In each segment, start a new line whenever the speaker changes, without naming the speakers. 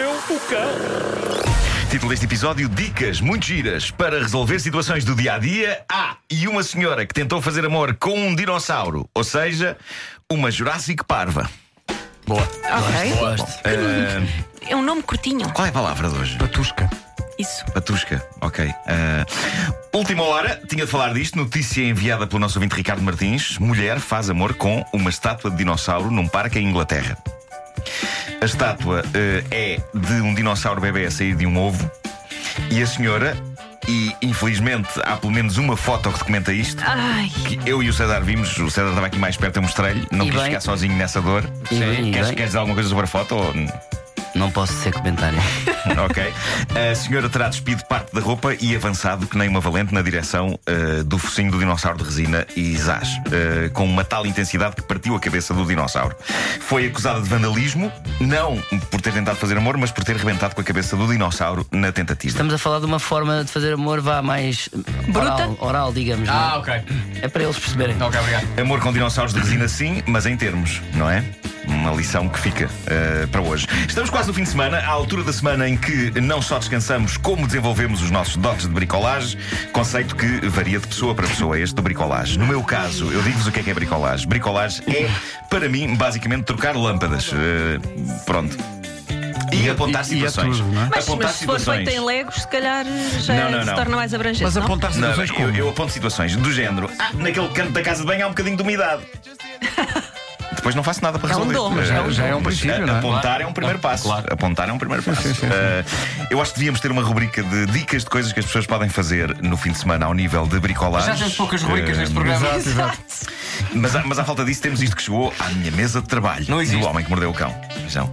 época.
Título deste episódio: Dicas muito giras para resolver situações do dia a dia. Ah, e uma senhora que tentou fazer amor com um dinossauro, ou seja, uma Jurassic parva.
Boa.
Ok.
Gosto.
Ah,
É um nome curtinho.
qual é a palavra de hoje?
Patusca.
Isso.
Patusca, ok. Ah, última hora, tinha de falar disto. Notícia enviada pelo nosso ouvinte Ricardo Martins: mulher faz amor com uma estátua de dinossauro num parque em Inglaterra. A estátua eh, é de um dinossauro bebê a sair de um ovo e a senhora. E infelizmente há pelo menos uma foto que documenta isto.
Ai.
Que eu e o César vimos, o César estava aqui mais perto, eu mostrei-lhe, não
E
quis
bem.
ficar sozinho nessa dor.
E bem, e
Queres,
bem.
queres dizer alguma coisa sobre a foto? ou-
Não posso ser comentário.
Ok. A senhora terá despido parte da roupa e avançado que nem uma valente na direção eh, do focinho do dinossauro de resina e zás, eh, com uma tal intensidade que partiu a cabeça do dinossauro. Foi acusada de vandalismo, não por ter tentado fazer amor, mas por ter rebentado com a cabeça do dinossauro na tentativa.
Estamos a falar de uma forma de fazer amor vá mais
Bruta?
oral, oral, digamos. não é?
Ah, ok.
É para eles perceberem.
Ok, obrigado.
Amor com dinossauros de resina, sim, mas em termos, não é? Uma lição que fica eh, para hoje. Estamos quase no fim de semana, à altura da semana em que não só descansamos, como desenvolvemos os nossos dotes de bricolage, conceito que varia de pessoa para pessoa, este do bricolage. No meu caso, eu digo-vos o que é que é bricolage. Bricolage é, para mim, basicamente trocar lâmpadas. Eh, pronto. E, apontar
e- e é
situações.
tudo, não é?
Mas,
apontar
mas se for feito em Legos, se calhar já
Não, não,
se
não.
torna mais abrangente.
Mas
não?
apontar
Não,
situações como?
eu, eu aponto situações do género. Ah, naquele canto da casa de banho há um bocadinho de umidade. Depois não faço nada para
É um
resolver.
dom, mas
Eh,
é um- já é um
mas,
princípio,
eh,
não é?
Apontar
Claro.
é um primeiro passo.
Claro.
Apontar é um primeiro passo. Eh, eu acho que devíamos ter uma rubrica de dicas de coisas que as pessoas podem fazer no fim de semana ao nível de bricolagem.
Já temos poucas rubricas
Eh,
neste programa.
Exato.
mas, à- mas à falta disso, temos isto que chegou à minha mesa de trabalho.
Não existe.
Do homem que mordeu o cão. Vejam.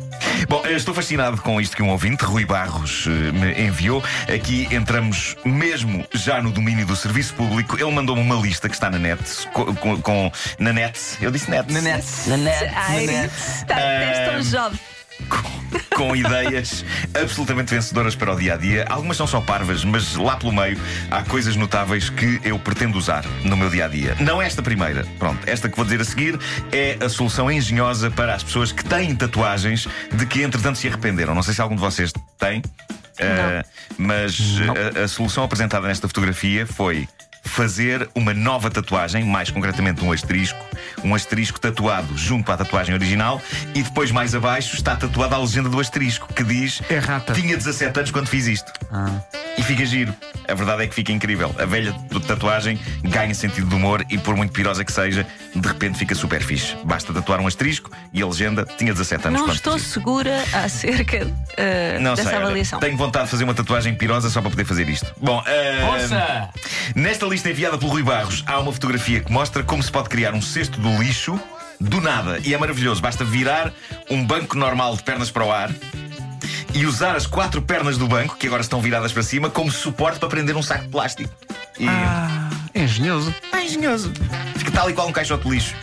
Bom, eu estou fascinado com isto que um ouvinte, Rui Barros, eh, me enviou. Aqui entramos mesmo já no domínio do serviço público. Ele mandou-me uma lista que está na net. co- Com, com- na net. Eu disse net.
Na net.
Na net.
Ai,
é.
tá,
Eh,
és tão jovem.
Com, com ideias absolutamente vencedoras para o dia a dia. Algumas são só parvas, mas lá pelo meio há coisas notáveis que eu pretendo usar no meu dia a dia. Não esta primeira, pronto, esta que vou dizer a seguir é a solução engenhosa para as pessoas que têm tatuagens de que entretanto se arrependeram. Não sei se algum de vocês tem, eh, mas eh, A, a solução apresentada nesta fotografia foi. Fazer uma nova tatuagem, mais concretamente um asterisco, um asterisco tatuado junto à tatuagem original, e depois mais abaixo está tatuada a legenda do asterisco, que diz:
É rata.
Tinha 17 anos quando fiz isto.
Ah.
E fica giro. A verdade é que fica incrível. A velha t- tatuagem ganha sentido de humor e, por muito pirosa que seja, de repente fica super fixe. Basta tatuar um asterisco e a legenda tinha 17 anos
Não
quando
estou
fiz isto."
segura acerca eh,
Não
dessa
sei, olha,
avaliação.
tenho vontade de fazer uma tatuagem pirosa só para poder fazer isto. Bom, eh,
Força!
nesta lista enviada pelo Rui Barros há uma fotografia que mostra como se pode criar um cesto do lixo do nada. E é maravilhoso. Basta virar um banco normal de pernas para o ar e usar as quatro pernas do banco, que agora estão viradas para cima, como suporte para prender um saco de plástico. E
Ah, é engenhoso.
é engenhoso. Fica tal e qual um caixote de lixo.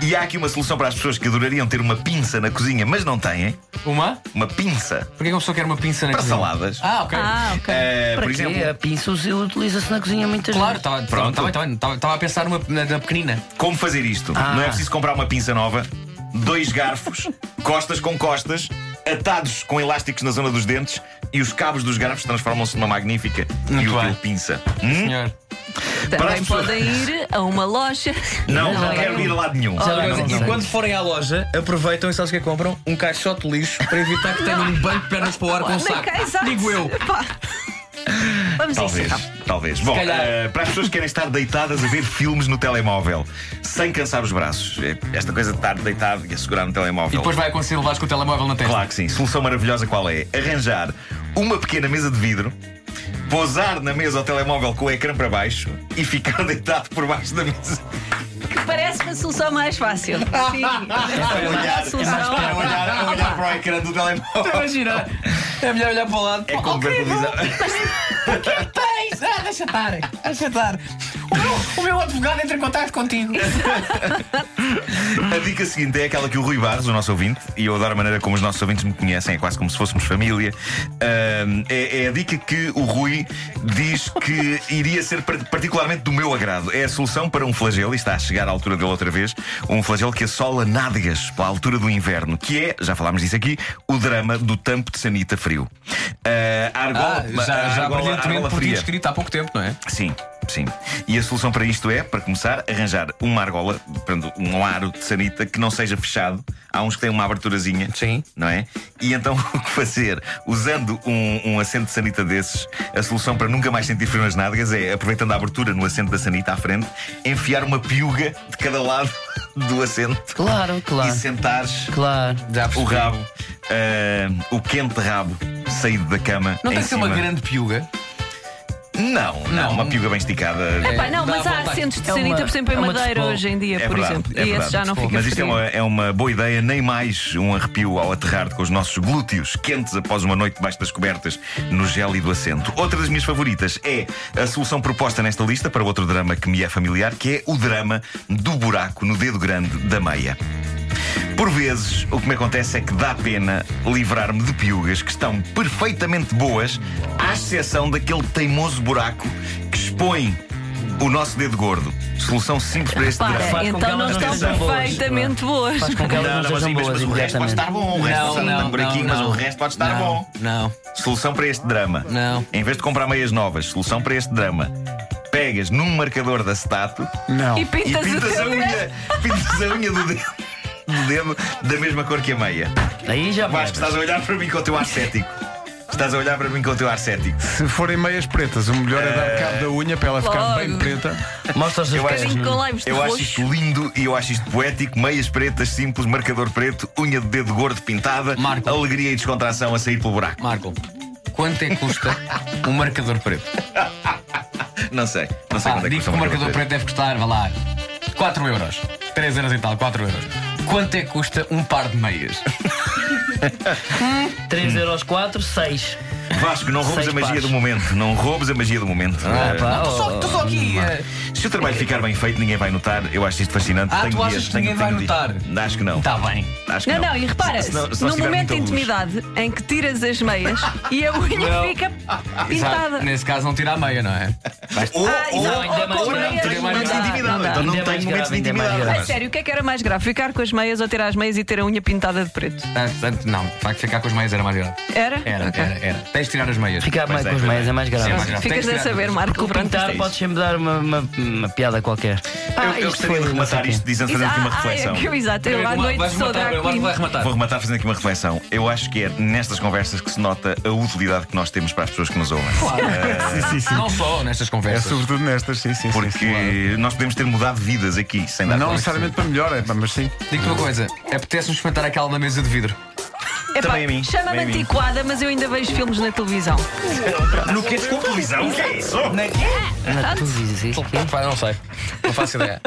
E há aqui uma solução para as pessoas que adorariam ter uma pinça na cozinha, mas não têm.
Uma?
Uma pinça
Porquê que uma pessoa quer uma pinça na
para
cozinha?
saladas.
Ah, ok.
Ah, ok.
Eh,
Para
por
quê?
exemplo,
É, A pinça usa- utiliza-se na cozinha muitas
Claro,
vezes.
estava
Pronto.
a pensar numa, na, na pequenina.
Como fazer isto?
Ah.
Não é preciso comprar uma pinça nova, dois garfos, costas com costas, atados com elásticos na zona dos dentes e os cabos dos garfos transformam-se numa magnífica e
Muito
útil
bem.
pinça. Hum?
Senhor.
para as
Também
pessoas-
podem ir a uma loja.
Não, não
é?
quero ir a lado nenhum.
Sabe uma
Mas,
coisa?
e
E
quando forem à loja, aproveitam e sabes o que é que compram? Um caixote de lixo para evitar que tenham um banco de pernas para o ar com um
Nem
saco.
cá, é exato.
Digo eu.
Pá. Vamos a isso
Talvez,
então.
talvez. Bom,
calhar.
eh, para as pessoas que querem estar deitadas a ver filmes no telemóvel, sem cansar os braços, Eh, esta coisa de estar deitado e a segurar no
E
telemóvel.
depois vai acontecer levares com o telemóvel na testa.
Claro que sim. Solução maravilhosa qual é? Arranjar uma pequena mesa de vidro, pousar na mesa o telemóvel com o ecrã para baixo e ficar deitado por baixo da mesa.
Que parece uma solução mais fácil. Sim.
A olhar,
Solução.
a olhar, a olhar para o ecrã do telemóvel.
Imagina. É melhor olhar para o lado.
É como ver televisão.
Tens! Ah, deixa estar. Deixa estar. O meu, o meu outro advogado entra em contato contigo.
A dica seguinte é aquela que o Rui Barros, o nosso ouvinte, e eu adoro a maneira como os nossos ouvintes me conhecem, é quase como se fôssemos família. ahm, é, é a dica que o Rui diz que iria ser par- particularmente do meu agrado. É a solução para um flagelo, e está a chegar à altura dele outra vez, um flagelo que assola nádegas pela altura do inverno, que é, já falámos disso aqui, o drama do tampo de sanita frio. Ah, a
Ah,
argola,
já,
a
já
argola, a
brilhantemente
argola
por ti
fria.
descrito há pouco tempo, não é?
Sim, sim. E a solução para isto é, para começar, arranjar uma argola, portanto, um aro de sanita que não seja fechado. Há uns que têm uma aberturazinha.
Sim.
Não é? E então o que fazer? Usando um, um assento de sanita desses, a solução para nunca mais sentir frio nas nádegas é, aproveitando a abertura no assento da sanita à frente, enfiar uma piuga de cada lado do assento
Claro,
e
claro.
sentares
Claro.
Já
o
percebi.
rabo, ah, o quente rabo, saído da cama.
Não
em
tem que ser
cima.
uma grande piuga.
Não, não,
Não.
uma piuga bem esticada.
Epá, não,
dá
mas
a
há
volta.
assentos de
É uma-
sanita, por exemplo, em
é uma
madeira
despo-
hoje em dia, por exemplo.
é
e esse já não fica
Mas isto é
frio.
uma, é uma boa ideia, nem mais um arrepio ao aterrar com os nossos glúteos quentes após uma noite debaixo das cobertas no gélido assento. Outra das minhas favoritas é a solução proposta nesta lista para outro drama que me é familiar, que é o drama do buraco no dedo grande da meia. Por vezes, o que me acontece é que dá pena livrar-me de piugas que estão perfeitamente boas, à exceção daquele teimoso buraco que expõe o nosso dedo gordo. Solução simples para este drama.
Para,
Faz com que
então não
elas
estão
não sejam
boas.
perfeitamente boas.
Faz com que elas
Não, não,
não
mas,
sejam
aí, mas,
boas,
mas o resto pode
exatamente.
estar bom, o resto só tem um buraquinho, mas o resto pode estar
não,
bom.
Não.
Solução para este drama.
Não.
Em vez de comprar meias novas, solução para este drama. Pegas num marcador da Stato
E
e
pintas,
pintas
um
É.
o
a
teu dedo.
unha, pintas a unha do dedo, do dedo da mesma cor que a meia.
Aí
É
já
Vasco,
vai.
estás a olhar para mim com o teu ar cético. Estás a olhar para mim com o teu ar cético.
Se forem meias pretas, o melhor é dar cabo da unha para ela ficar
Logo.
bem preta.
Mostra os seus
Eu acho-
pés.
Carinho com lábios de
um- Eu acho
roxo.
isto lindo e eu acho isto poético. Meias pretas, simples, marcador preto, unha de dedo gordo pintada,
Marco.
alegria e descontração a sair pelo buraco.
Marco, quanto é que custa um marcador preto?
Não sei, não sei
Ah,
quando
digo
é que
que
custa
o
um
marcador preto deve custar, vá lá, 4 euros. 3 euros e tal, 4 euros. Quanto é que custa um par de meias?
3 euros 4, 6.
Vasco, não roubes
Seis
a magia
pares.
do momento. Não roubes a magia do momento.
Ah,
Eh,
pá, oh,
Estou só aqui. eh,
Se o trabalho ficar bem feito, ninguém vai notar. Eu acho isto fascinante.
Ah,
Tenho
tu achas
dias-
que
tenho-
ninguém vai
tenho dias-
notar? Então.
Acho que não.
Está tá bem.
Acho que
Não, não, e repara,
Se- se não- se não
no
tiver
momento
muita
de
luz.
intimidade em que tiras as meias e a unha fica pintada.
Exato. Nesse caso não tira a meia, não é?
Ou,
Ah,
ou,
exato,
não, ainda
ou
mais
com
grave.
meias.
tenho
Não
momentos de
dá,
intimidade.
não dá.
Então não
Ainda
tenho momentos
mais
de
grave, ainda mais
intimidade.
grave.
A sério, o que é que era mais grave? Ficar com as meias ou ter as meias e ter a unha pintada de preto?
Portanto, não. De facto, ficar com as meias era mais grave.
Era?
Era,
Ok.
era, era. Tens de tirar as meias.
Ficar mais
é,
com os
pois
meias
é.
é mais
Sim, é
grave.
mais grave. Tens
Ficas
de
a
tirar-
saber, Marco.
Com
pronto.
pintar
isso.
podes sempre dar uma, uma, uma piada qualquer.
Eu,
é Ah,
eu
isto
gostaria de
foi não sei
rematar
quê.
isto dizendo
Isso-
fazendo aqui uma
ah, ah, é
reflexão.
que eu, exato, eu à
Vai-
noite
vais
sou
rematar,
drag
eu acho que
queen.
vai rematar.
Vou rematar fazendo aqui uma reflexão. Eu acho que é nestas conversas que se nota a utilidade que nós temos para as pessoas que nos ouvem.
Sim, sim, sim.
Não só nestas
É
conversas.
sobretudo nestas, sim, sim. sim,
Porque
sim, claro.
nós podemos ter mudado vidas aqui sem dar
Não
conta.
necessariamente para melhor, é, pá, mas sim.
Digo-te uma coisa, apetece-me experimentar aquela da mesa de vidro.
Epá,
Também a mim,
Chama-me
também a mim.
antiquada, mas eu ainda vejo filmes na televisão.
No que é desculpa, televisão? O que é isso?
Na televisão.
Pá, não sei. Não faço ideia.